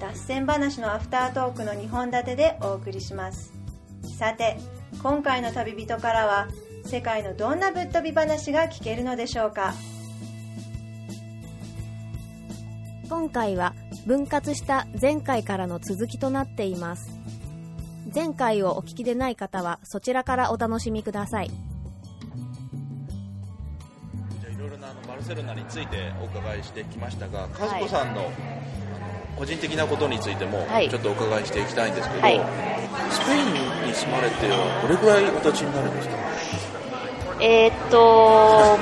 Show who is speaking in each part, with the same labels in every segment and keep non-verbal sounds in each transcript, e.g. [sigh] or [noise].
Speaker 1: 脱線話のアフタートークの2本立てでお送りしますさて今回の旅人からは世界のどんなぶっ飛び話が聞けるのでしょうか
Speaker 2: 今回は分割した前回からの続きとなっています前回をお聞きでない方はそちらからお楽しみください
Speaker 3: じゃあいろいろなあのバルセロナについてお伺いしてきましたが、和子さんのあの個人的なことについても
Speaker 4: はい
Speaker 3: ちょっとお伺いしていきたいんですけど、
Speaker 4: はい
Speaker 3: スペインに住まれてはどれくらいお立ちになるんですか
Speaker 4: えーっと、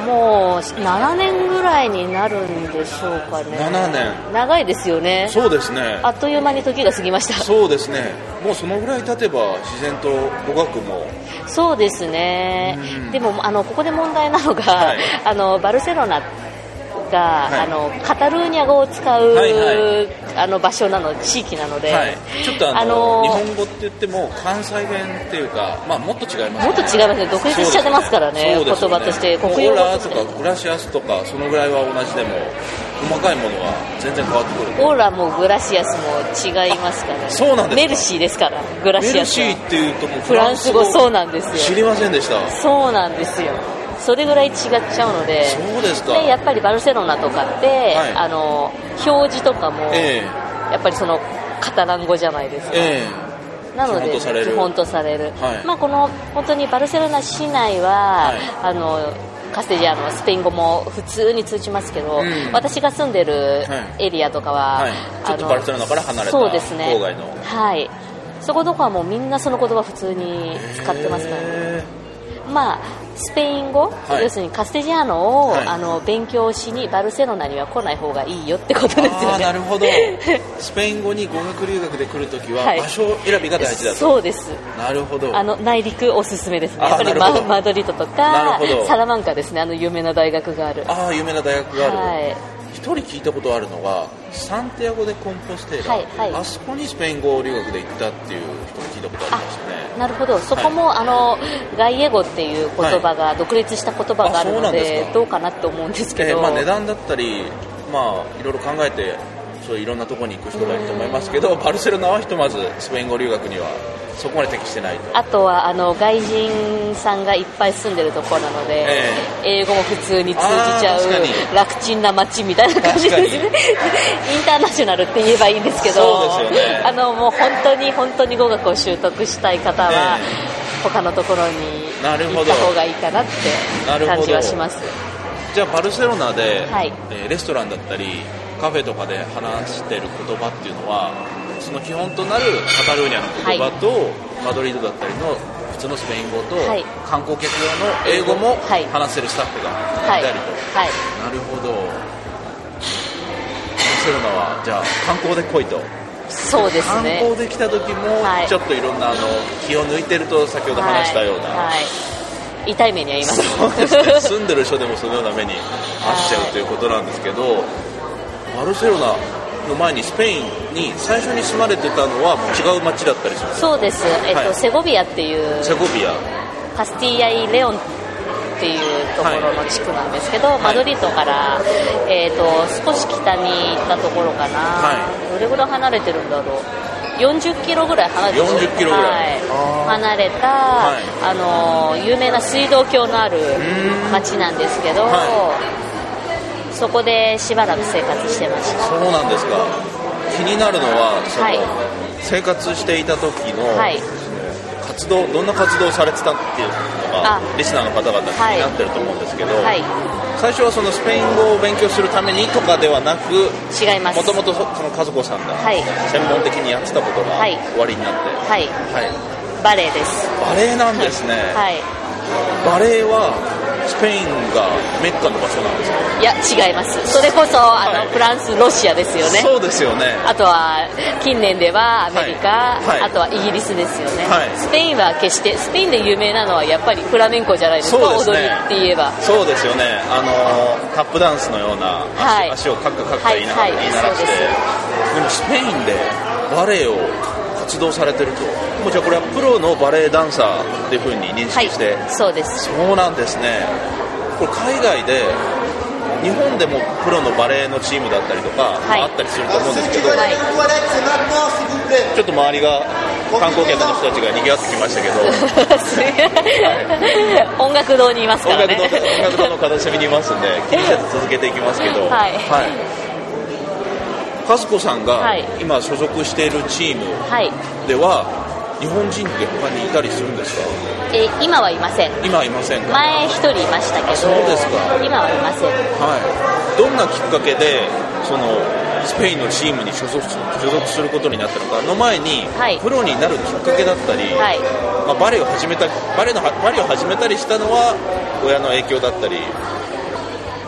Speaker 4: もう7年ぐらいになるんでしょうかね。
Speaker 3: 7年
Speaker 4: 長いですよね。
Speaker 3: そうですね
Speaker 4: あっという間に時が過ぎました。
Speaker 3: そうですねもうそのぐらい経てば自然と語学も
Speaker 4: そうですね
Speaker 3: うん。
Speaker 4: でも、あの、ここで問題なのが、
Speaker 3: はい
Speaker 4: あの、バルセロナが、
Speaker 3: はい
Speaker 4: あの、カタルーニャ語を使う、
Speaker 3: はいは
Speaker 4: あの、場所なの、地域なので、
Speaker 3: はい、ちょっとあの、
Speaker 4: あの
Speaker 3: 日本語って言っても関西弁っていうか、まあ、もっと違います
Speaker 4: もっと違いますね独立しちゃってますからね
Speaker 3: そうですよ
Speaker 4: 言葉として
Speaker 3: もう
Speaker 4: 国用
Speaker 3: オ
Speaker 4: 語
Speaker 3: ラ
Speaker 4: と
Speaker 3: と
Speaker 4: して
Speaker 3: かグラシアスとかそのぐらいは同じでも細かいものは全然変わってくる
Speaker 4: オーラもグラシアスも違いますからね。
Speaker 3: そうなんですか
Speaker 4: メルシーですから、グラ
Speaker 3: メ
Speaker 4: シア
Speaker 3: ル
Speaker 4: ス
Speaker 3: シ
Speaker 4: は。
Speaker 3: ーっていうともう
Speaker 4: フランス語そうなんですよ
Speaker 3: 知りませんでした
Speaker 4: そうなんですよ。それぐらい違っちゃうので。
Speaker 3: そうですか
Speaker 4: でやっぱりバルセロナとかって、
Speaker 3: はい
Speaker 4: あの表示とかも、
Speaker 3: え
Speaker 4: やっぱりそのカタラン語じゃないです
Speaker 3: え
Speaker 4: か、
Speaker 3: え
Speaker 4: なの
Speaker 3: 基本
Speaker 4: で
Speaker 3: とされる
Speaker 4: とされる
Speaker 3: はい
Speaker 4: まあ、この本当にバルセロナ市内は、
Speaker 3: はい
Speaker 4: あのカステリアのスペイン語も普通に通じますけ
Speaker 3: う
Speaker 4: ど、
Speaker 3: ん
Speaker 4: 私が住んでる
Speaker 3: は
Speaker 4: エリアとかは、
Speaker 3: はいちょっと
Speaker 4: あの
Speaker 3: バルセロナから離れた
Speaker 4: そうですね
Speaker 3: 郊外の
Speaker 4: はいそことかはもうみんなその言葉普通に
Speaker 3: え
Speaker 4: 使ってますからね
Speaker 3: へ
Speaker 4: まあ、スペイン語、
Speaker 3: はい
Speaker 4: 要するにカステジャーノを、
Speaker 3: はい
Speaker 4: あの勉強しにバルセロナには来ない方がいいよってことですよ
Speaker 3: え
Speaker 4: ね。
Speaker 3: ああなる
Speaker 4: [laughs]
Speaker 3: ほどスペイン語に語学留学で来るときは
Speaker 4: はい
Speaker 3: 場所選びが大事だと、
Speaker 4: そうです
Speaker 3: なるほど
Speaker 4: あの内陸おすすめです
Speaker 3: あ
Speaker 4: ね
Speaker 3: ー
Speaker 4: やっぱり
Speaker 3: なるほ
Speaker 4: マ
Speaker 3: ど
Speaker 4: マドリードと
Speaker 3: な
Speaker 4: か
Speaker 3: るほど
Speaker 4: サラマンカですねあの有名な大学がある
Speaker 3: ああ有名な大学がある、
Speaker 4: はい
Speaker 3: 一人聞いたことあるのがサンティアゴ・でコンポステーラ、
Speaker 4: はいはい
Speaker 3: あそこにスペイン語留学で行ったっていう人に聞いたことありますよね
Speaker 4: なるほどそこも、あのガイエゴっていう言葉が、独立した言葉がある
Speaker 3: あそうな
Speaker 4: の
Speaker 3: んで
Speaker 4: です
Speaker 3: か
Speaker 4: どうかなって思うんですけ
Speaker 3: え
Speaker 4: ど、
Speaker 3: ーまあ、値段だったり、まあ、いろいろ考えてそういろんなところに行く人がいると思いますけどバルセロナはひとまずスペイン語留学にはそこまで適してないと
Speaker 4: あとはあの外人さんがいっぱい住んでるところなので、
Speaker 3: え
Speaker 4: 英語も普通に通じちゃ
Speaker 3: あー確か
Speaker 4: う楽ちんな街みたいな感じですねイン
Speaker 3: 確
Speaker 4: ターナショナルって言えばいいんですけど
Speaker 3: そうですよね
Speaker 4: あのもう本当に本当に語学を習得したい方は、
Speaker 3: え
Speaker 4: 他のところに
Speaker 3: なる
Speaker 4: 行
Speaker 3: ほ
Speaker 4: っ
Speaker 3: ど
Speaker 4: た方がいいかなっ
Speaker 3: なる
Speaker 4: て
Speaker 3: ほど
Speaker 4: 感じはします
Speaker 3: じゃあバルセロナで、
Speaker 4: はい
Speaker 3: えーレストランだったりカフェとかで話してる言葉っていうのはその基本となるカタルーニャの言葉と、マドリードだったりの普通のスペイン語と、
Speaker 4: はい
Speaker 3: 観光客用の英語も
Speaker 4: はい
Speaker 3: 話せるスタッフが
Speaker 4: はい
Speaker 3: いたりと、
Speaker 4: はい
Speaker 3: なるほどバルセロナはじゃあ観光で来いと、
Speaker 4: そうです
Speaker 3: 観
Speaker 4: ね
Speaker 3: 光で来た時も、
Speaker 4: はい
Speaker 3: ちょっといろんなあの気を抜いてると先ほど話したような、
Speaker 4: はいはい痛い目に遭います
Speaker 3: そうですね [laughs] 住んでる人でもそのような目に遭っちゃうということなんですけど、バルセロナの前にスペインに最初に住まれてたのはもう違う町だったりします
Speaker 4: [laughs] そうです、えっと
Speaker 3: はい
Speaker 4: セゴビアっていう
Speaker 3: セゴビア
Speaker 4: カスティーヤイ・レオンっていうところの地区なんですけど、
Speaker 3: い
Speaker 4: マドリードから、えー、と少し北に行ったところかな、
Speaker 3: は
Speaker 4: どれぐらい離れてるんだろう40キロぐらい離れてる
Speaker 3: 40キロぐらい
Speaker 4: はい、離れた、
Speaker 3: い
Speaker 4: あの有名な水道橋のある
Speaker 3: ーん
Speaker 4: 町なんですけど、
Speaker 3: は
Speaker 4: そこでしばらく生活してました
Speaker 3: そうなんですか気になるのはその、
Speaker 4: はい
Speaker 3: 生活していた時の、
Speaker 4: はい
Speaker 3: 活動どんな活動をされてたっていうのが
Speaker 4: あ
Speaker 3: リスナーの方々気になってると思うんですけど、
Speaker 4: はい
Speaker 3: 最初はそのスペイン語を勉強するためにとかではなく
Speaker 4: 違います
Speaker 3: もともとその和子さんが
Speaker 4: はい
Speaker 3: 専門的にやってたことが
Speaker 4: はい
Speaker 3: 終わりになって、
Speaker 4: はい
Speaker 3: はい
Speaker 4: バレエです
Speaker 3: バレエなんですね、
Speaker 4: はい
Speaker 3: バレエはスペインがメッカの場所なんですか
Speaker 4: いや違いますそれこそ、あ
Speaker 3: はい
Speaker 4: のフランスロシアですよね
Speaker 3: そうですよね
Speaker 4: あとは近年ではアメリカ、
Speaker 3: はいはい
Speaker 4: あとはイギリスですよね、
Speaker 3: はい
Speaker 4: スペインは決してスペインで有名なのはやっぱりフラメンコじゃないですか
Speaker 3: そうですね
Speaker 4: 踊りって言えば
Speaker 3: そうですよねあのータップダンスのような足,、
Speaker 4: はい
Speaker 3: 足をカクカクと言いなが
Speaker 4: は
Speaker 3: ら
Speaker 4: いはい
Speaker 3: 言いならして、
Speaker 4: そう
Speaker 3: でもスペインでバレエを活動されてるともうじゃあこれはプロのバレエダンサーっていうふうに認
Speaker 4: はい
Speaker 3: 識して、
Speaker 4: そうです
Speaker 3: そうなんですねこれ海外で日本でもプロのバレエのチームだったりとか、
Speaker 4: はい
Speaker 3: あったりすると思うんですけど、
Speaker 4: はい
Speaker 3: ちょっと周りが観光客の人たちが賑わってきましたけど
Speaker 4: [laughs] 音楽堂にいますか
Speaker 3: 音
Speaker 4: ら
Speaker 3: 楽
Speaker 4: ね
Speaker 3: の音楽堂の片隅にいますん
Speaker 4: [laughs]
Speaker 3: で気にせず続けていきますけど
Speaker 4: はい
Speaker 3: はい和子さんが
Speaker 4: はい
Speaker 3: 今所属しているチーム
Speaker 4: はい、
Speaker 3: では日本人って他にいたりするんですか
Speaker 4: えー今はいません
Speaker 3: 今いませんか
Speaker 4: 前一人いましたけど
Speaker 3: あそうですか
Speaker 4: 今はいません
Speaker 3: はい、どんなきっかけでそのスペインのチームに所属所属することになったのかの前に、
Speaker 4: はい
Speaker 3: プロになるきっかけだったり、
Speaker 4: はい
Speaker 3: まあ、バレエを始めたバレエのバレエを始めたりしたのは親の影響だったり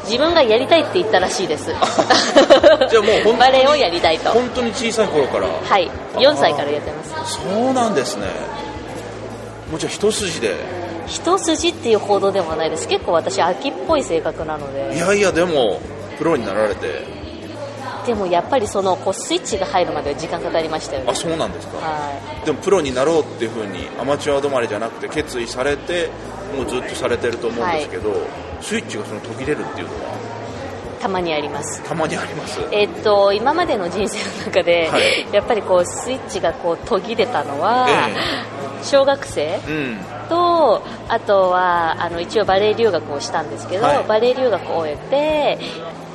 Speaker 4: 自分がやりたいって言ったらしいですじゃ
Speaker 3: じゃあもう本当に
Speaker 4: [laughs] バレエをやりたいと
Speaker 3: 本当に小さい頃から
Speaker 4: はい4歳からやってます
Speaker 3: そうなんですねもうじゃあ一筋で
Speaker 4: 一筋っていうほどでもないです結構私秋っぽい性格なの
Speaker 3: い
Speaker 4: で
Speaker 3: やいやでもプロになられて
Speaker 4: でもやっぱりそのこうスイッチが入るまで時間かかりましたよね
Speaker 3: あそうなんですか
Speaker 4: は
Speaker 3: でもプロになろうっていうふうにアマチュア止まりじゃなくて決意されてもうずっとされてると思うんですけど、スイッチがその途切れるっていうのはい
Speaker 4: たまにあります
Speaker 3: たまにあります
Speaker 4: えっと今までの人生の中で、
Speaker 3: はい
Speaker 4: やっぱりこうスイッチがこう途切れたのは、
Speaker 3: え
Speaker 4: 小学生
Speaker 3: うん
Speaker 4: とあとはあの一応バレエ留学をしたんですけど、
Speaker 3: はい
Speaker 4: バレエ留学を終えて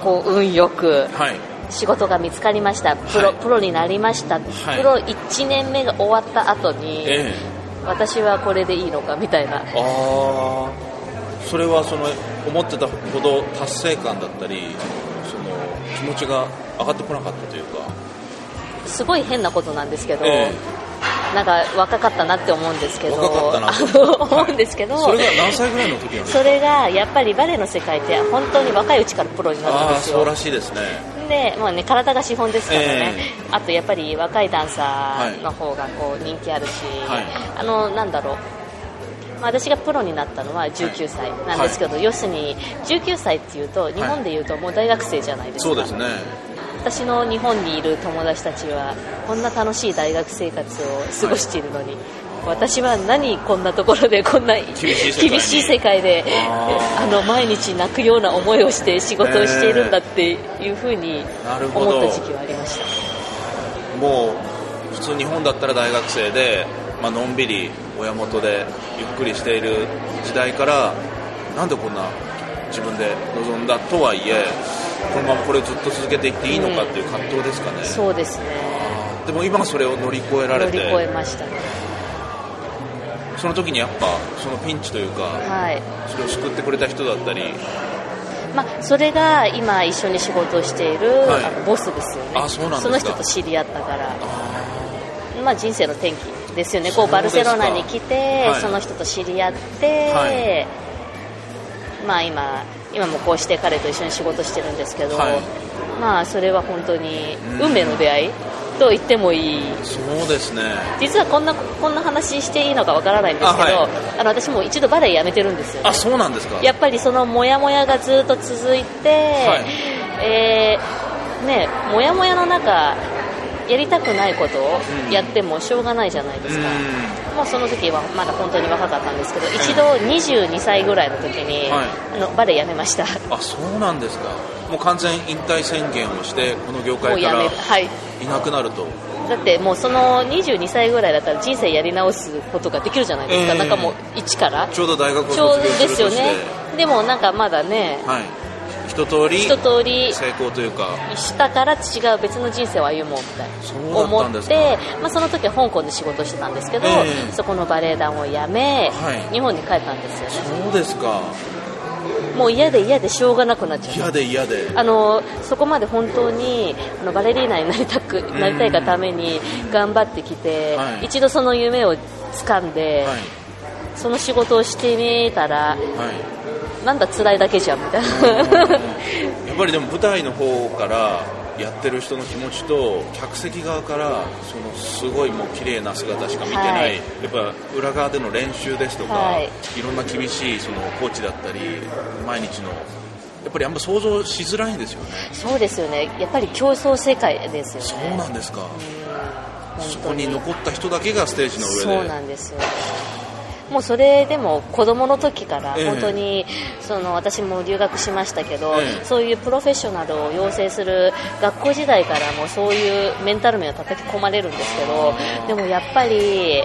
Speaker 4: こう運よく
Speaker 3: はい
Speaker 4: 仕事が見つかりましたプロ,、
Speaker 3: はい
Speaker 4: プロになりました、
Speaker 3: い
Speaker 4: プロ1年目が終わった後に、
Speaker 3: ええ
Speaker 4: 私はこれでいいのかみたいな
Speaker 3: ああそれはその思ってたほど達成感だったりその気持ちが上がってこなかったというか
Speaker 4: すごい変なことなんですけど、
Speaker 3: え
Speaker 4: なんか若かったなって思うんですけど
Speaker 3: 若かったなと
Speaker 4: 思うんですけど、
Speaker 3: それが何歳ぐらいの時なんですか
Speaker 4: それがやっぱりバレエの世界って本当に若いうちからプロになるん
Speaker 3: ああ
Speaker 4: ですよ
Speaker 3: そうらしいですね
Speaker 4: で、まあね、体が資本ですからね、
Speaker 3: え
Speaker 4: あとやっぱり若いダンサーの方がこう人気あるし、
Speaker 3: はい
Speaker 4: あのなんだろうまあ私がプロになったのは19歳なんですけど、要するに19歳っていうと日本でいうともう大学生じゃないですか、
Speaker 3: そうですね
Speaker 4: 私の日本にいる友達たちはこんな楽しい大学生活を過ごしているのに、私は何こんなところでこんな厳
Speaker 3: しい世界に
Speaker 4: しい世界で
Speaker 3: あ
Speaker 4: [laughs] あの毎日泣くような思いをして仕事をしているんだっていうふうに
Speaker 3: なるほど
Speaker 4: 思った時期はありました、
Speaker 3: もう普通日本だったら大学生で、まあのんびり親元でゆっくりしている時代からなんでこんな自分で望んだとはいえこのままこれをずっと続けていっていいのかっていう葛藤ですかね、
Speaker 4: そうですね
Speaker 3: でも今はそれを乗り越えられ
Speaker 4: 乗り越え
Speaker 3: て
Speaker 4: ましたね
Speaker 3: その時にやっぱそのピンチというか
Speaker 4: はい
Speaker 3: それを救ってくれた人だったり
Speaker 4: まあ、それが今一緒に仕事をしている、
Speaker 3: はい
Speaker 4: あのボスですよね
Speaker 3: あそうなんですか
Speaker 4: の人と知り合ったからまあ、人生の転機ですよねこう
Speaker 3: そう
Speaker 4: バ
Speaker 3: で
Speaker 4: ル
Speaker 3: すか
Speaker 4: セロナに来て、
Speaker 3: はい
Speaker 4: その人と知り合って、
Speaker 3: は
Speaker 4: まあ、今今もこうして彼と一緒に仕事してるんですけど、
Speaker 3: はい
Speaker 4: まあ、それは本当に
Speaker 3: うん
Speaker 4: 運命の出会いと言ってもいい
Speaker 3: そうですね
Speaker 4: 実はこんなこんな話していいのかわからないんですけどあ、
Speaker 3: あはい
Speaker 4: の私もう一度バレエやめてるんですよね、
Speaker 3: あそうなんですか
Speaker 4: やっぱりそのモヤモヤがずっと続いて、
Speaker 3: い
Speaker 4: えーね、モヤモヤの中やりたくないこと
Speaker 3: うん
Speaker 4: をやってもしょうがないじゃないで
Speaker 3: う
Speaker 4: す
Speaker 3: ん
Speaker 4: か、もうその時はまだ本当に若かったんですけど一度22歳ぐらいの時に、
Speaker 3: はい
Speaker 4: あのバレエやめました
Speaker 3: あそうなんですかもう完全引退宣言をしてこの業
Speaker 4: もう
Speaker 3: 界か
Speaker 4: や
Speaker 3: ら
Speaker 4: め
Speaker 3: い
Speaker 4: るはい
Speaker 3: なくなると
Speaker 4: だってもうその22歳ぐらいだったら人生やり直すことができるじゃないですか、
Speaker 3: ええ
Speaker 4: なんかもう一から
Speaker 3: ちょうど大学を
Speaker 4: ち
Speaker 3: 卒
Speaker 4: ょう
Speaker 3: 業
Speaker 4: ど
Speaker 3: するとし
Speaker 4: で
Speaker 3: て
Speaker 4: すよねでもなんかまだね
Speaker 3: はい、一通り
Speaker 4: 一通り
Speaker 3: 成功というか
Speaker 4: したから違う別の人生を歩もうみたいな
Speaker 3: そうだった
Speaker 4: 思
Speaker 3: んで
Speaker 4: っ
Speaker 3: すか
Speaker 4: て、まあ、その時は香港で仕事してたんですけど、
Speaker 3: ええ
Speaker 4: そこのバレエ団を辞め、
Speaker 3: はい
Speaker 4: 日本に帰ったんですよね
Speaker 3: そうですか
Speaker 4: もう嫌で嫌でしょうがなくなっちゃう
Speaker 3: 嫌で嫌で
Speaker 4: あのそこまで本当にあのバレリーナになりたくなりたいがために頑張ってきて、
Speaker 3: はい
Speaker 4: 一度その夢を掴んで、
Speaker 3: はい
Speaker 4: その仕事をしてみた
Speaker 3: は
Speaker 4: ら
Speaker 3: い
Speaker 4: なんだ辛いだけじゃんみたいな、
Speaker 3: やっぱりでも舞台の方からやってる人の気持ちと客席側からそのすごいもう綺麗な姿しか見てない、
Speaker 4: はい
Speaker 3: やっぱ裏側での練習ですとか、
Speaker 4: はい
Speaker 3: い、ろんな厳しいそのコーチだったり毎日のやっぱりあんま想像しづらいんですよね
Speaker 4: [laughs] そうですよねやっぱり競争世界ですよね
Speaker 3: そうなんですか
Speaker 4: 本
Speaker 3: そ
Speaker 4: 当
Speaker 3: こに残った人だけがステージの
Speaker 4: そう
Speaker 3: 上で
Speaker 4: なんですよもうそれでも子供の時から
Speaker 3: ええ
Speaker 4: 本当にその私も留学しましたけど
Speaker 3: ええ
Speaker 4: そういうプロフェッショナルを養成する学校時代からもうそういうメンタル面を叩き込まれるんですけどでもやっぱり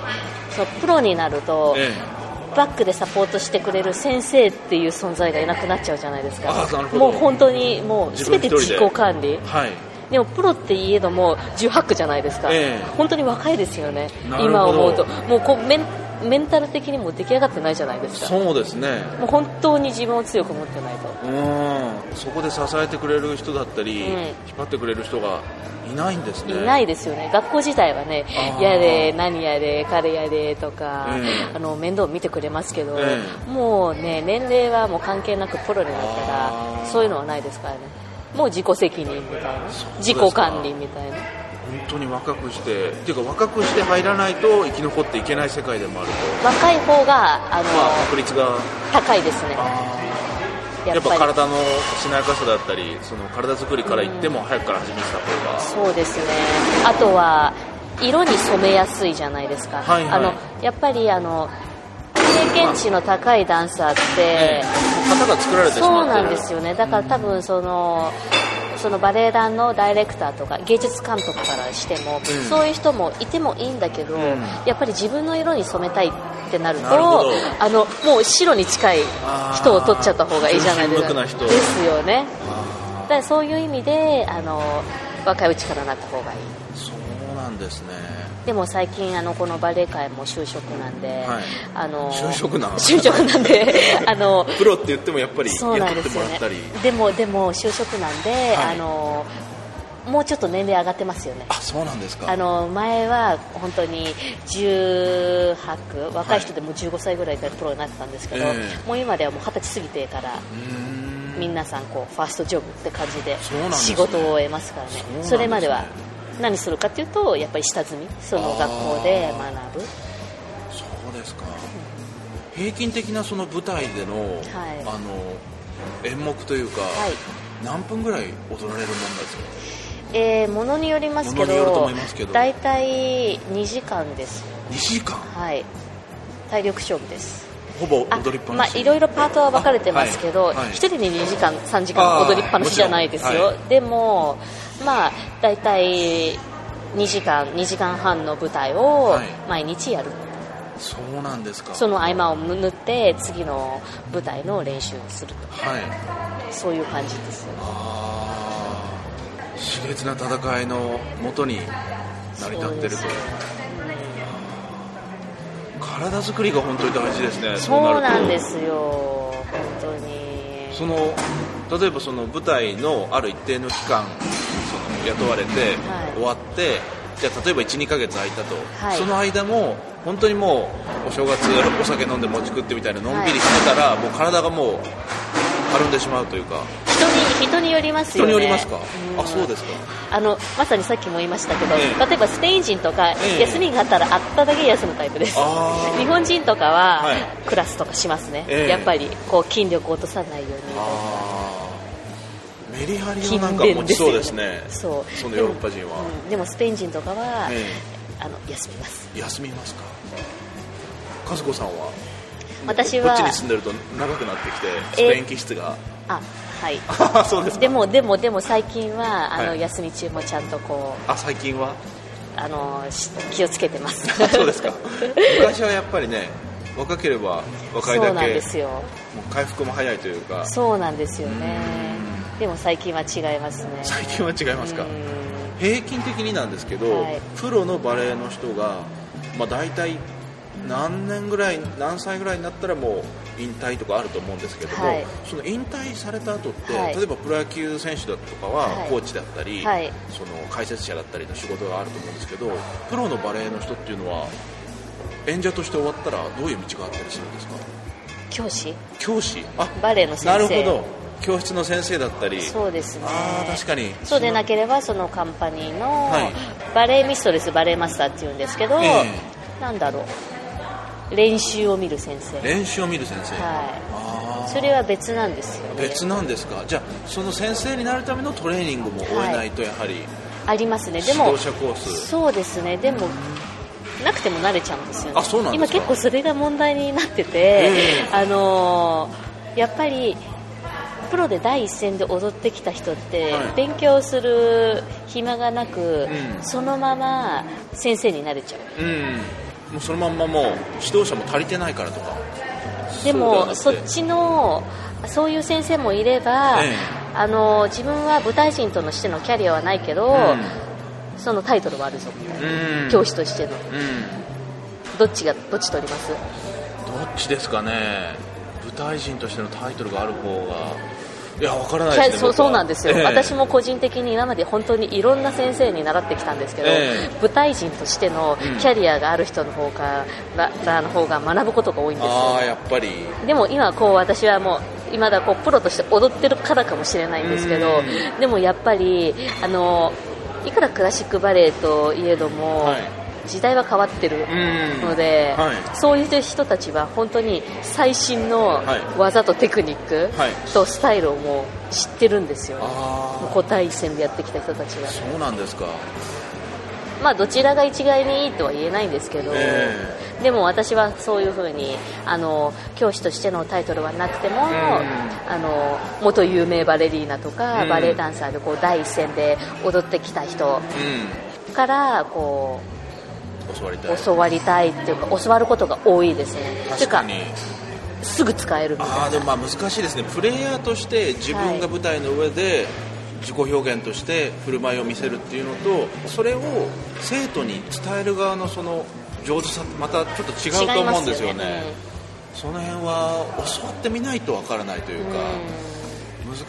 Speaker 4: そのプロになると
Speaker 3: ええ
Speaker 4: バックでサポートしてくれる先生っていう存在がいなくなっちゃうじゃないです
Speaker 3: あ
Speaker 4: か
Speaker 3: ーなるほど
Speaker 4: もう本当にもう全
Speaker 3: 自分一
Speaker 4: て
Speaker 3: 人
Speaker 4: 自
Speaker 3: で
Speaker 4: 己管理
Speaker 3: はい
Speaker 4: でもプロっていえども18区じゃないですか、
Speaker 3: ええ
Speaker 4: 本当に若いですよね
Speaker 3: なるほど
Speaker 4: 今思うともうこうメンメンタル的にも出来上がってないじゃないですか
Speaker 3: そうですね
Speaker 4: もう本当に自分を強く持ってないと
Speaker 3: うんそこで支えてくれる人だったり、
Speaker 4: うん
Speaker 3: 引っ張ってくれる人がいないんですね
Speaker 4: いないですよね学校自体はね
Speaker 3: あー
Speaker 4: やで何やで彼やでとか、
Speaker 3: ええ
Speaker 4: あの面倒見てくれますけど、
Speaker 3: え
Speaker 4: もうね年齢はもう関係なくプロになった
Speaker 3: あ
Speaker 4: ら
Speaker 3: ー
Speaker 4: そういうのはないですからねもう自己責任みたいな
Speaker 3: うです
Speaker 4: 自
Speaker 3: か
Speaker 4: 己管理みたいな
Speaker 3: 本当に若くしてっていうか若くして入らないと生き残っていけない世界でもあると
Speaker 4: 若い方があ
Speaker 3: まあ
Speaker 4: の、
Speaker 3: 確率が
Speaker 4: 高いですね
Speaker 3: やっぱ
Speaker 4: り
Speaker 3: 体のしなやかさだったりその体作りからいっても早くから始めてた方が、
Speaker 4: そうですねあとは色に染めやすいじゃないですか、
Speaker 3: はいはい
Speaker 4: あのやっぱりあの経験値の高いダンサーって、
Speaker 3: ええ型が作られてし
Speaker 4: そう
Speaker 3: まって
Speaker 4: な
Speaker 3: る
Speaker 4: んですよねだから多分そのそのバレエ団のダイレクターとか芸術監督からしても、
Speaker 3: ん
Speaker 4: そういう人もいてもいいんだけど、
Speaker 3: ん
Speaker 4: やっぱり自分の色に染めたいってなると
Speaker 3: なるほど
Speaker 4: あのもう白に近い人を取っちゃった方がいいじゃないです
Speaker 3: あー純真無垢
Speaker 4: か
Speaker 3: な人
Speaker 4: ですよね
Speaker 3: あ
Speaker 4: だからそういう意味であの若いうちからなった方がいい
Speaker 3: ーそうなんですね
Speaker 4: でも最近あのこのバレエ界も就職なんで、
Speaker 3: はい
Speaker 4: あの
Speaker 3: 就職なん
Speaker 4: 就職なん
Speaker 3: [laughs]
Speaker 4: であの
Speaker 3: プロって言ってもやっぱり
Speaker 4: そう
Speaker 3: 雇
Speaker 4: なんで
Speaker 3: って
Speaker 4: す
Speaker 3: も
Speaker 4: よ
Speaker 3: ら
Speaker 4: ね
Speaker 3: ったり、
Speaker 4: でもでも就職なんで、
Speaker 3: はい
Speaker 4: あのもうちょっと年齢上がってますよね
Speaker 3: あそうなんですか
Speaker 4: あの前は本当に18区若い人でも15歳ぐらいからプロになってたんですけど、
Speaker 3: ええ
Speaker 4: もう今ではもう20歳過ぎてから
Speaker 3: うーん
Speaker 4: 皆さんこうファーストジョブって感じで
Speaker 3: そうなんです
Speaker 4: 仕
Speaker 3: ね
Speaker 4: 事を得ますからね
Speaker 3: そうな
Speaker 4: そ
Speaker 3: んですね
Speaker 4: れまでは何するかっていうとやっぱり下積みその学校で学ぶ
Speaker 3: そうですか平均的なその舞台での、
Speaker 4: い
Speaker 3: あの演目というか、
Speaker 4: はい
Speaker 3: 何分ぐらい踊られるもんですか
Speaker 4: えーものによりますけ
Speaker 3: ものによると
Speaker 4: ど
Speaker 3: 思いますけど
Speaker 4: 大体2時間です
Speaker 3: 2時間
Speaker 4: はい体力勝負です
Speaker 3: ほぼ
Speaker 4: あ
Speaker 3: 踊りっぱ
Speaker 4: ま
Speaker 3: なし
Speaker 4: あいろいろパートは分かれてますけど
Speaker 3: あはいはい
Speaker 4: 一人で2時間3時間踊りっぱなしじゃないです
Speaker 3: あーもち
Speaker 4: よ、
Speaker 3: ろんは
Speaker 4: でもまあ大体2時間2時間半の舞台を
Speaker 3: はい
Speaker 4: 毎日やる
Speaker 3: そうなんですか
Speaker 4: その合間を縫って次の舞台の練習をすると
Speaker 3: はい
Speaker 4: そういう感じですよね
Speaker 3: ああ熾烈な戦いのもとに成り立ってる
Speaker 4: そうです
Speaker 3: と体作りが本当に大事ですね
Speaker 4: そう
Speaker 3: なる
Speaker 4: な
Speaker 3: と
Speaker 4: んですよ本当に
Speaker 3: その例えばその舞台のある一定の期間その雇われて、
Speaker 4: はい
Speaker 3: 終わってじゃあ例えば12ヶ月空いたと、
Speaker 4: はい
Speaker 3: その間も本当にもうお正月お酒飲んで餅食ってみたいなのんびりしてたら、もう体がもうたるんでしまうというか
Speaker 4: 人に人によります
Speaker 3: 人
Speaker 4: よ
Speaker 3: に
Speaker 4: ね
Speaker 3: よりますか、
Speaker 4: ん
Speaker 3: あそうですか
Speaker 4: あのまさにさっきも言いましたけど、
Speaker 3: ええ
Speaker 4: 例えばスペイン人とか、
Speaker 3: ええ
Speaker 4: 休みがあったらあっただけ休むタイプです
Speaker 3: あー
Speaker 4: 日本人とかは、
Speaker 3: はい
Speaker 4: クラスとかしますね、
Speaker 3: ええ
Speaker 4: やっぱりこう筋力を落とさないように
Speaker 3: あーメリハリを
Speaker 4: 勤
Speaker 3: なんか
Speaker 4: 勉
Speaker 3: 持ちそうですね
Speaker 4: そう
Speaker 3: そのヨーロッパ人は
Speaker 4: でも,、うんでもスペイン人とかは、
Speaker 3: え
Speaker 4: あの休みます
Speaker 3: 休みますか和子さんは
Speaker 4: 私
Speaker 3: こ
Speaker 4: は
Speaker 3: っちに住んでると長くなってきてス
Speaker 4: え
Speaker 3: ペイン気質
Speaker 4: [laughs]
Speaker 3: が
Speaker 4: あはい
Speaker 3: そうですか
Speaker 4: でもでもでも最近はあの、
Speaker 3: はい
Speaker 4: 休み中もちゃんとこう
Speaker 3: [laughs] あ最近は
Speaker 4: あのし気をつけてます
Speaker 3: そうです
Speaker 4: [laughs]
Speaker 3: か昔はやっぱりね若ければ若い
Speaker 4: そう
Speaker 3: だ
Speaker 4: なん
Speaker 3: け
Speaker 4: ですよ
Speaker 3: もう回復も早いというか
Speaker 4: そうなんですよねでも最近は違いますね
Speaker 3: 最近は違いますか
Speaker 4: うん
Speaker 3: 平均的になんですけど、
Speaker 4: はい
Speaker 3: プロのバレエの人が、まあ、大体何年ぐらい何歳ぐらいになったらもう引退とかあると思うんですけども、
Speaker 4: はい
Speaker 3: その引退された後って、
Speaker 4: はい
Speaker 3: 例えばプロ野球選手だとか
Speaker 4: は
Speaker 3: はいコーチだったり、
Speaker 4: はい
Speaker 3: その解説者だったりの仕事があると思うんですけどプロのバレエの人っていうのは演者として終わったらどういう道があったりするんですか
Speaker 4: 教師
Speaker 3: 教師あ
Speaker 4: バレエの先
Speaker 3: な
Speaker 4: 生
Speaker 3: るほど教室の先生だったり
Speaker 4: そうですね
Speaker 3: あー確かに
Speaker 4: そうでなければそのカンパニーの
Speaker 3: はい
Speaker 4: バレエミストレスバレエマスターっていうんですけど、
Speaker 3: え
Speaker 4: なんだろう練習を見る先生
Speaker 3: 練習を見る先生、
Speaker 4: は
Speaker 3: あー
Speaker 4: いそれは別なんですよね
Speaker 3: 別なんですかじゃあその先生になるためのトレーニングも終えないとやはり
Speaker 4: ありますねで
Speaker 3: 指
Speaker 4: も
Speaker 3: 導者コース
Speaker 4: そうですねでもなくても慣れちゃうんですよね
Speaker 3: あそうなんですか
Speaker 4: 今結構それが問題になってて、
Speaker 3: え
Speaker 4: あのーやっぱりプロで第一線で踊ってきた人って、
Speaker 3: はい
Speaker 4: 勉強する暇がなく、
Speaker 3: うん
Speaker 4: そのまま先生になれちゃ
Speaker 3: う
Speaker 4: う
Speaker 3: んもうそのまんまもう指導者も足りてないからとか
Speaker 4: でも
Speaker 3: そ
Speaker 4: そう
Speaker 3: ではな
Speaker 4: っ
Speaker 3: くて
Speaker 4: ちのそういう先生もいれば、
Speaker 3: ええ
Speaker 4: あの自分は舞台人としてのキャリアはないけど、そのタイトルはあるぞみたいな、
Speaker 3: うん、うん、
Speaker 4: 教師としての
Speaker 3: うん
Speaker 4: どっちがどっち取ります
Speaker 3: どっちですかね舞台人としてのタイトルがある方がいやわからない
Speaker 4: キ
Speaker 3: です
Speaker 4: ャ
Speaker 3: ね
Speaker 4: そ
Speaker 3: 僕
Speaker 4: う
Speaker 3: は
Speaker 4: そうなんですよ、
Speaker 3: ええ
Speaker 4: 私も個人的に今まで本当にいろんな先生に習ってきたんですけど、
Speaker 3: え
Speaker 4: 舞台人としての
Speaker 3: うん
Speaker 4: キャリアがある人の方が,、らの方が学ぶことが多いんです
Speaker 3: あ
Speaker 4: よ
Speaker 3: あやっぱり
Speaker 4: でも今こう私はもう今だこうプロとして踊ってるからかもしれないんですけど
Speaker 3: うん
Speaker 4: でもやっぱりあのいくらクラシックバレエといえども、
Speaker 3: はい
Speaker 4: 時代は変わってる
Speaker 3: うん
Speaker 4: ので、
Speaker 3: はい
Speaker 4: そういう人たちは本当に最新の
Speaker 3: はい
Speaker 4: 技とテクニック
Speaker 3: はい
Speaker 4: とスタイルをもう知ってるんですよね、
Speaker 3: あ
Speaker 4: も
Speaker 3: あ
Speaker 4: う個体戦でやってきた人たちが、
Speaker 3: そうなんですか
Speaker 4: まあ、どちらが一概にいいとは言えないんですけど、
Speaker 3: え
Speaker 4: でも私はそういうふうにあの教師としてのタイトルはなくても、あの元有名バレリーナとか、
Speaker 3: うん
Speaker 4: バレエダンサーでこう第一線で踊ってきた人
Speaker 3: う
Speaker 4: からこ
Speaker 3: ん教わりたいう
Speaker 4: 教わりたいっていうか教わることが多いですねとい
Speaker 3: 確
Speaker 4: う
Speaker 3: か
Speaker 4: か
Speaker 3: に
Speaker 4: すぐ使えるみたい
Speaker 3: ああでもまあ難しいですねプレイヤーとして自分が舞台の上で自己表現として振る舞いを見せるっていうのとそれを生徒に伝える側のその上手さまたちょっと違う
Speaker 4: な
Speaker 3: と思うんですよね
Speaker 4: うん
Speaker 3: その辺は教わってみないとわからないというか、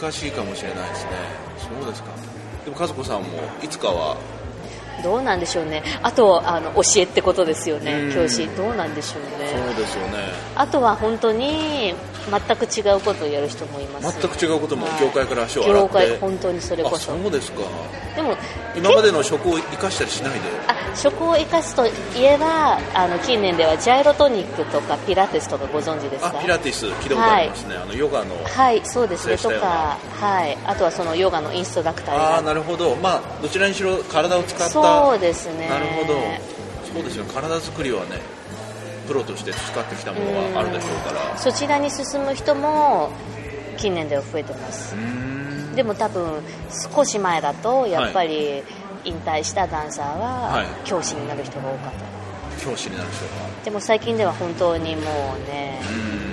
Speaker 3: 難しいかもしれないですねそうですかでも和子さんもいつかは
Speaker 4: どうなんでしょうねあとあの教えってことですよね、
Speaker 3: うん
Speaker 4: 教師どうなんでしょうね
Speaker 3: そうですよね
Speaker 4: あとは本当に全く違うことをやる人もいます
Speaker 3: 全く違うことも
Speaker 4: はい
Speaker 3: 業界から足を洗って
Speaker 4: 業界本当にそれこそ
Speaker 3: あそうですか
Speaker 4: でも
Speaker 3: 今までの職を生かしたりしないで
Speaker 4: あ食を生かすといえばあの近年ではジャイロトニックとかピラティスとかご存知です
Speaker 3: あ
Speaker 4: か
Speaker 3: ピラティス聞いたことありますね、あのヨガの
Speaker 4: はいそうですね
Speaker 3: そ
Speaker 4: と
Speaker 3: うでしたよ
Speaker 4: か、はい、あとはそのヨガのインストラクタ
Speaker 3: ああ
Speaker 4: ー
Speaker 3: なるほどまあどちらにしろ体を使った
Speaker 4: がそうですね
Speaker 3: なるほどそうですよ体作りはねプロとして培ってきたものがあるでしょうから
Speaker 4: そちらに進む人も近年では増えてます
Speaker 3: うーん
Speaker 4: でも多分少し前だとやっぱり引退したダンサー
Speaker 3: はい
Speaker 4: は教師になる人が多かった
Speaker 3: 教師になる人が
Speaker 4: でも最近では本当にもうね
Speaker 3: うん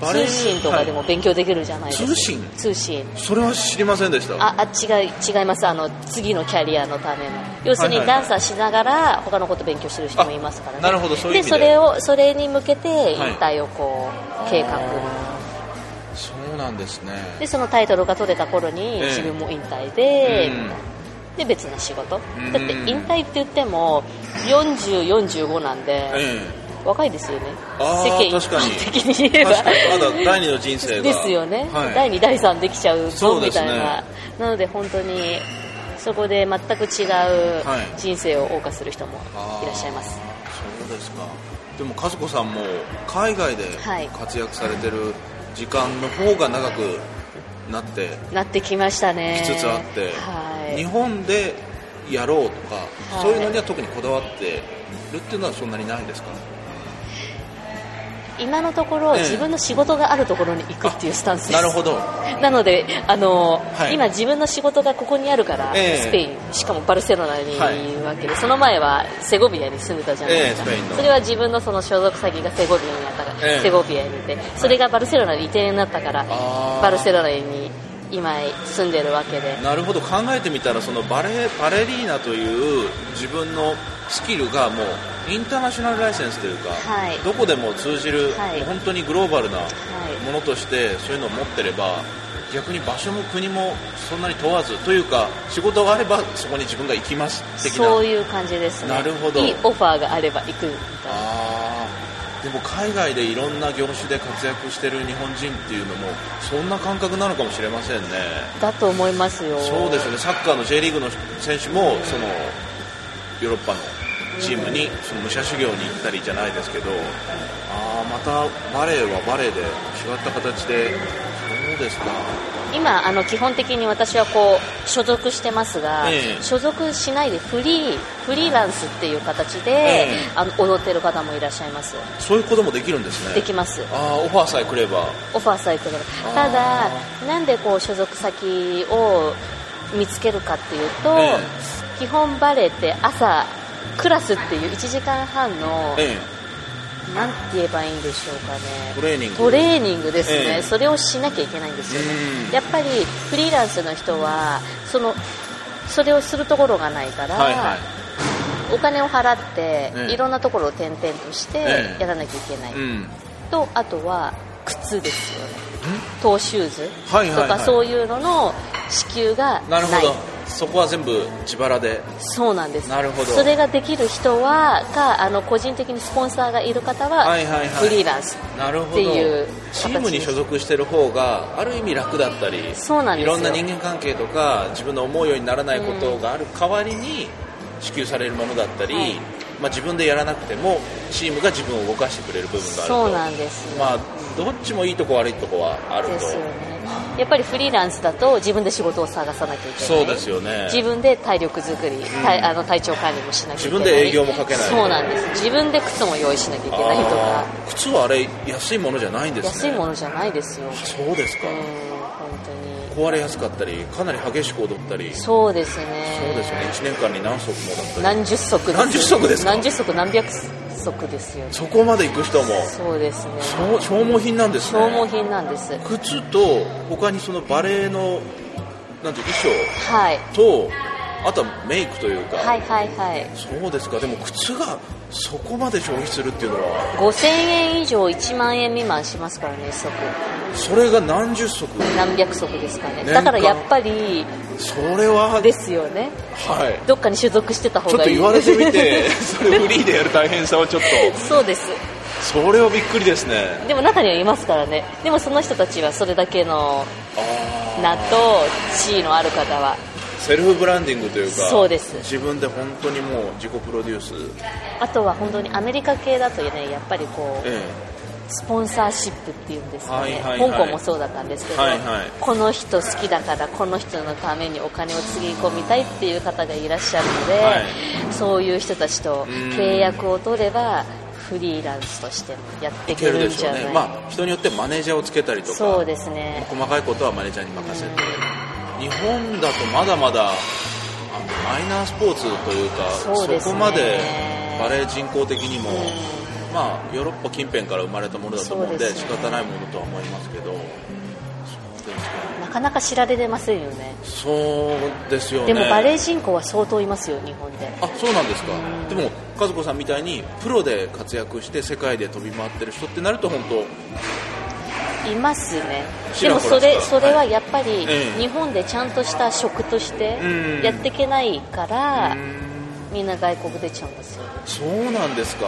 Speaker 3: バレエ
Speaker 4: 通信とかでも勉強できるじゃないですか、
Speaker 3: 通信
Speaker 4: 通信
Speaker 3: それは知りませんでした
Speaker 4: ああ違い違いますあの次のキャリアのための要す
Speaker 3: は
Speaker 4: るに
Speaker 3: いはいはい
Speaker 4: ダンサーしながら他のこと勉強してる人もいますからね
Speaker 3: あなるほどそういう意
Speaker 4: で
Speaker 3: 味
Speaker 4: そ
Speaker 3: で
Speaker 4: れをそれに向けて引
Speaker 3: はい
Speaker 4: 退をこう計画、
Speaker 3: そうなんですね
Speaker 4: でそのタイトルが取れた頃に
Speaker 3: ええ
Speaker 4: 自分も引退で、
Speaker 3: うん
Speaker 4: で別の仕事、
Speaker 3: うん
Speaker 4: だって引退って言っても4045なんで、
Speaker 3: え
Speaker 4: 若いですよね
Speaker 3: あー
Speaker 4: 世間一
Speaker 3: 確かに
Speaker 4: 般的に
Speaker 3: え
Speaker 4: 言えば
Speaker 3: 確かにまだ第二の人生が
Speaker 4: ですよね、
Speaker 3: はい、
Speaker 4: 第2第3できちゃう
Speaker 3: そ
Speaker 4: ぞ
Speaker 3: うで
Speaker 4: み
Speaker 3: す
Speaker 4: た
Speaker 3: ね
Speaker 4: いな、なので本当にそこで全く違う
Speaker 3: はい
Speaker 4: 人生を謳歌する人もいらっしゃいます、
Speaker 3: そうですかでも和子さんも海外で
Speaker 4: はい
Speaker 3: 活躍されてる時間の方が長くなって
Speaker 4: なってきましたね
Speaker 3: きつつあって、
Speaker 4: はい
Speaker 3: 日本でやろうとか、
Speaker 4: い
Speaker 3: そういうのには特にこだわってるっていうのはそんなにないですか
Speaker 4: 今のところ
Speaker 3: ええ
Speaker 4: 自分の仕事があるところに行くっていうスタンスです
Speaker 3: なるほど
Speaker 4: なのであの、
Speaker 3: はい
Speaker 4: 今自分の仕事がここにあるから、
Speaker 3: ええ
Speaker 4: スペインしかもバルセロナにいるわけで、その前はセゴビアに住んでたじゃないですか、
Speaker 3: ええスペインの
Speaker 4: それは自分のその所属先がセゴビアにあったから、
Speaker 3: ええ
Speaker 4: セゴビアにいてそれがバルセロナに移転になったから
Speaker 3: あー
Speaker 4: バルセロナに今住んでるわけで
Speaker 3: なるほど考えてみたらそのバレバレリーナという自分のスキルがもうインターナショナルライセンスというか、
Speaker 4: はい
Speaker 3: どこでも通じる、
Speaker 4: はい
Speaker 3: もう本当にグローバルなものとしてそういうのを持ってれば逆に場所も国もそんなに問わずというか仕事があればそこに自分が行きます的な
Speaker 4: そういう感じですね
Speaker 3: なるほど
Speaker 4: いいオファーがあれば行くみたいな
Speaker 3: あでも海外でいろんな業種で活躍してる日本人っていうのもそんな感覚なのかもしれませんね
Speaker 4: だと思いますよ
Speaker 3: そうですよねサッカーの J リーグの選手もそのヨーロッパのチームにその武者修行に行ったりじゃないですけどああまたバレーはバレーで違った形でそうですか
Speaker 4: 今あの基本的に私はこう所属してますが、
Speaker 3: ええ
Speaker 4: 所属しないでフリーフリーランスっていう形で、
Speaker 3: ええ
Speaker 4: あの踊ってる方もいらっしゃいます
Speaker 3: そういうこともできるんですね
Speaker 4: できます
Speaker 3: ああオファーさえくれば
Speaker 4: オファーされてる
Speaker 3: あー
Speaker 4: ただなんでこう所属先を見つけるかっていうと、
Speaker 3: え
Speaker 4: 基本バレーって朝クラスっていう1時間半の、
Speaker 3: え
Speaker 4: なんて言えばいいんでしょうかね
Speaker 3: えトレーニング
Speaker 4: トレーニングですね、
Speaker 3: ええ
Speaker 4: それをしなきゃいけないんですよね、
Speaker 3: うん
Speaker 4: やっぱりフリーランスの人はそのそれをするところがないから、
Speaker 3: はいはい
Speaker 4: お金を払って、
Speaker 3: ええ
Speaker 4: いろんなところを転々として
Speaker 3: ええ
Speaker 4: やらなきゃいけない、
Speaker 3: うん
Speaker 4: とあとは靴ですよねトーシューズ
Speaker 3: はいはいはい
Speaker 4: とかそういうのの支給が
Speaker 3: な
Speaker 4: な
Speaker 3: いるほどそこは全部自腹で
Speaker 4: そうなんです
Speaker 3: なるほど
Speaker 4: それができる人はかあの個人的にスポンサーがいる方は
Speaker 3: はいはいはい
Speaker 4: フリーランス、
Speaker 3: なるほど
Speaker 4: っていう
Speaker 3: チームに所属してる方がある意味楽だったり
Speaker 4: そうなんですよ
Speaker 3: いろんな人間関係とか自分の思うようにならないことがある代わりに支給されるものだったり、
Speaker 4: はい
Speaker 3: まあ、自分でやらなくてもチームが自分を動かしてくれる部分があると
Speaker 4: そうなんですよ
Speaker 3: まあ、どっちもいいとこ悪いとこはあると
Speaker 4: ですよねやっぱりフリーランスだと自分で仕事を探さなきゃいけな
Speaker 3: そ
Speaker 4: い
Speaker 3: うですよね
Speaker 4: 自分で体力作り、体あの体調管理もしなきゃいけない
Speaker 3: 自分で営業もかけない
Speaker 4: そうなんです自分で靴も用意しなきゃいけないと
Speaker 3: あ
Speaker 4: か
Speaker 3: ー靴はあれ安いものじゃないんです
Speaker 4: 安
Speaker 3: ね
Speaker 4: いものじゃないですようん
Speaker 3: あそうですか、
Speaker 4: 本当に
Speaker 3: 壊れやすかったりかなり激しく踊ったりそう
Speaker 4: そうですね
Speaker 3: ですよね1年間に何足もだったり
Speaker 4: 何十足です
Speaker 3: 何十足ですか
Speaker 4: 何十足何百足ですよね
Speaker 3: そこまで行く人も
Speaker 4: そうですね
Speaker 3: 消消耗品なんですね
Speaker 4: 消耗品なんです
Speaker 3: 靴と他にそのバレエのなんていう
Speaker 4: はい
Speaker 3: 衣装とあとはメイクというか、
Speaker 4: はいはいはい
Speaker 3: そうですかでも靴がそこまで消費するっていうのは
Speaker 4: 5000円以上1万円未満しますからね一足
Speaker 3: それが何十足
Speaker 4: 何百足ですかね
Speaker 3: 年間
Speaker 4: だからやっぱり
Speaker 3: それは
Speaker 4: ですよね
Speaker 3: はい
Speaker 4: どっかに所属してた
Speaker 3: ち
Speaker 4: 方
Speaker 3: ょっ
Speaker 4: が
Speaker 3: と
Speaker 4: いい
Speaker 3: 言われてみて
Speaker 4: て
Speaker 3: それフリーでやる大変さはちょっと
Speaker 4: [laughs] そうです
Speaker 3: それはびっくりですね
Speaker 4: でも中にはいますからねでもその人たちはそれだけの
Speaker 3: あー
Speaker 4: 名と地位のある方は
Speaker 3: セルフブランディングというか
Speaker 4: そうです
Speaker 3: 自分で本当にもう自己プロデュース
Speaker 4: あとは本当にアメリカ系だとねやっぱりこう
Speaker 3: え
Speaker 4: スポンサーシップっていうんですかね、
Speaker 3: はいはいはい
Speaker 4: 香港もそうだったんですけど、
Speaker 3: はいはい
Speaker 4: この人好きだからこの人のためにお金をつぎ込みたいっていう方がいらっしゃるので、
Speaker 3: はい
Speaker 4: そういう人たちと
Speaker 3: うん
Speaker 4: 契約を取ればフリーランスとしてもやって
Speaker 3: え
Speaker 4: い
Speaker 3: いけ
Speaker 4: け
Speaker 3: る
Speaker 4: る
Speaker 3: で
Speaker 4: ん
Speaker 3: し
Speaker 4: じ
Speaker 3: ょう
Speaker 4: ゃない
Speaker 3: ねまあ人によってマネージャーをつけたりとか
Speaker 4: そうですね
Speaker 3: 細かいことはマネージャーに任せて日本だとまだまだあのマイナースポーツというか
Speaker 4: そうですね
Speaker 3: こまでバレー人口的にも、
Speaker 4: う
Speaker 3: まあ、ヨーロッパ近辺から生まれたものだと思うので
Speaker 4: そうです
Speaker 3: 仕
Speaker 4: ね
Speaker 3: 方ないものとは思いますけどそうですか
Speaker 4: なかなか知られてませんよね
Speaker 3: そうですよね
Speaker 4: でもバレー人口は相当いますよ日本で
Speaker 3: あそうなんですか、でも和子さんみたいにプロで活躍して世界で飛び回ってる人ってなると本当
Speaker 4: いますね
Speaker 3: ち
Speaker 4: で
Speaker 3: ら
Speaker 4: も
Speaker 3: ほら
Speaker 4: そ
Speaker 3: ですか
Speaker 4: れそれはやっぱり
Speaker 3: ええ
Speaker 4: 日本でちゃんとした職として
Speaker 3: うん
Speaker 4: やっていけないから
Speaker 3: うん
Speaker 4: みんな外国出ちゃうんですよ
Speaker 3: そうなんですか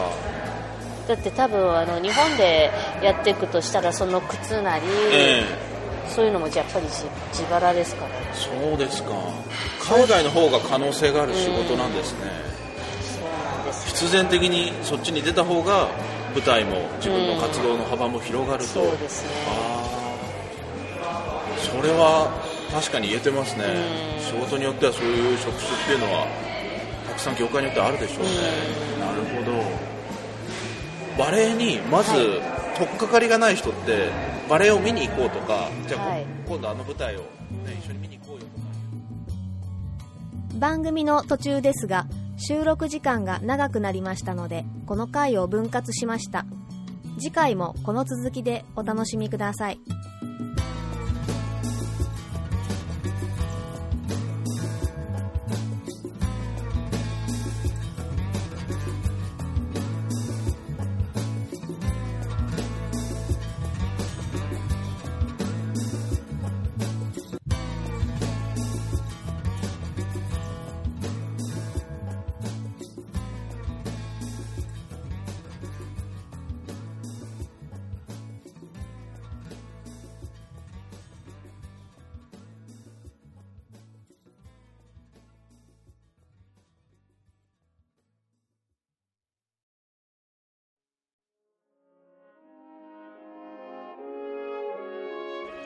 Speaker 4: だって多分あの日本でやっていくとしたらその靴なり、
Speaker 3: ええ
Speaker 4: そういうのもやっぱり自自腹ですからね
Speaker 3: そうですか海外の方が可能性がある仕事なんですね、
Speaker 4: そうなんです
Speaker 3: 必然的にそっちに出た方が舞台も自分の活動の幅も広がると、
Speaker 4: そうですね
Speaker 3: あーそれは確かに言えてますね、
Speaker 4: う
Speaker 3: 仕
Speaker 4: ん
Speaker 3: 事によってはそういう職種っていうのはたくさん業界によってあるでしょうね、なるほどバレエにまず取っかかりがない人ってバレエを見に行こうとかじゃあ、
Speaker 4: はい
Speaker 3: 今度あの舞台を、ね、一緒に見に行こうよとか
Speaker 2: 番組の途中ですが収録時間が長くなりましたのでこの回を分割しました次回もこの続きでお楽しみください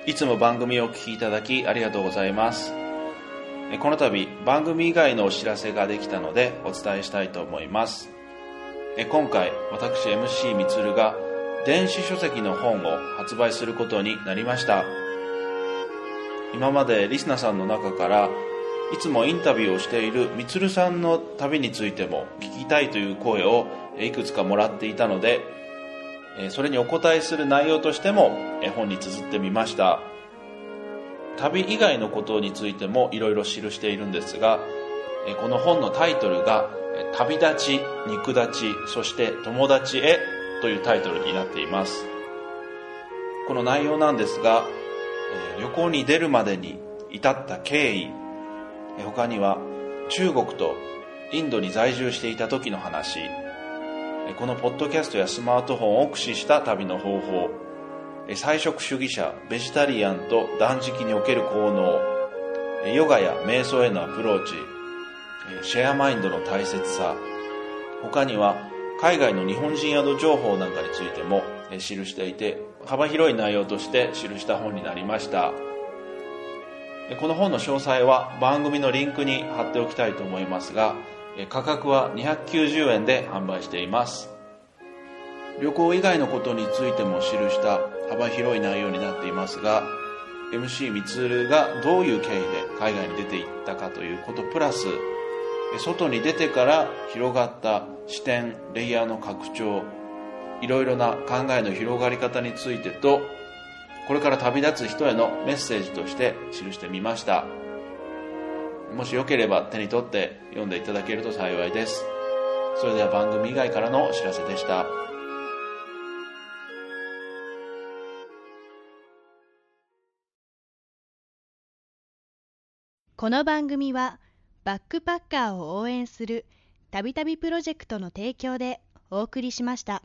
Speaker 3: いつも番組をお聞きいただきありがとうございますえこの度番組以外のお知らせができたのでお伝えしたいと思いますえ今回私 MC みつるが電子書籍の本を発売することになりました今までリスナーさんの中からいつもインタビューをしているみつるさんの旅についても聞きたいという声をえいくつかもらっていたのでえーそれにお答えする内容としてもえー本に綴ってみました旅以外のことについてもいろいろ記しているんですがえーこの本のタイトルがえー「旅立ち肉立ちそして友達へ」というタイトルになっていますこの内容なんですがえー旅行に出るまでに至った経緯えー他には中国とインドに在住していた時の話このポッドキャストやスマートフォンを駆使した旅の方法え菜食主義者ベジタリアンと断食における効能えヨガや瞑想へのアプローチえシェアマインドの大切さ他には海外の日本人宿情報なんかについてもえ記していて幅広い内容として記した本になりましたえこの本の詳細は番組のリンクに貼っておきたいと思いますがえ価格は290円で販売しています旅行以外のことについても記した幅広い内容になっていますが MC みつるがどういう経緯で海外に出ていったかということプラスえ外に出てから広がった視点レイヤーの拡張いろいろな考えの広がり方についてとこれから旅立つ人へのメッセージとして記してみましたもしよければ手に取って読んでいただけると幸いですそれでは番組以外からのお知らせでした
Speaker 5: この番組はバックパッカーを応援するたびたびプロジェクトの提供でお送りしました。